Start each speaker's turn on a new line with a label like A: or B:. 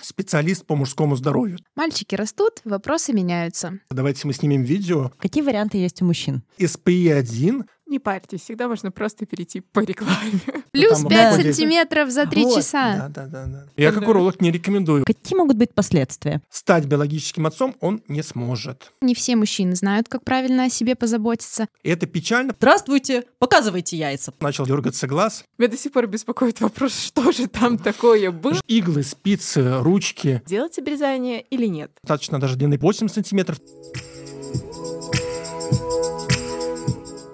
A: специалист по мужскому здоровью.
B: Мальчики растут, вопросы меняются.
A: Давайте мы снимем видео.
C: Какие варианты есть у мужчин?
A: СПИ-1
D: Не парьтесь, всегда можно просто перейти по рекламе.
B: Плюс
A: там
B: 5
A: вот здесь-
B: сантиметров за 3
A: Вот,
B: часа.
A: Да, да, да, да. Я как уролог не рекомендую.
C: Какие могут быть последствия?
A: Стать биологическим отцом он не сможет.
B: Не все мужчины знают, как правильно о себе позаботиться.
A: И это печально.
C: Здравствуйте, показывайте яйца.
A: Начал дергаться глаз.
D: Меня до сих пор беспокоит вопрос, что же там такое было.
A: Иглы, спицы, ручки.
D: Делать обрезание или нет?
A: Достаточно даже длины 8 сантиметров.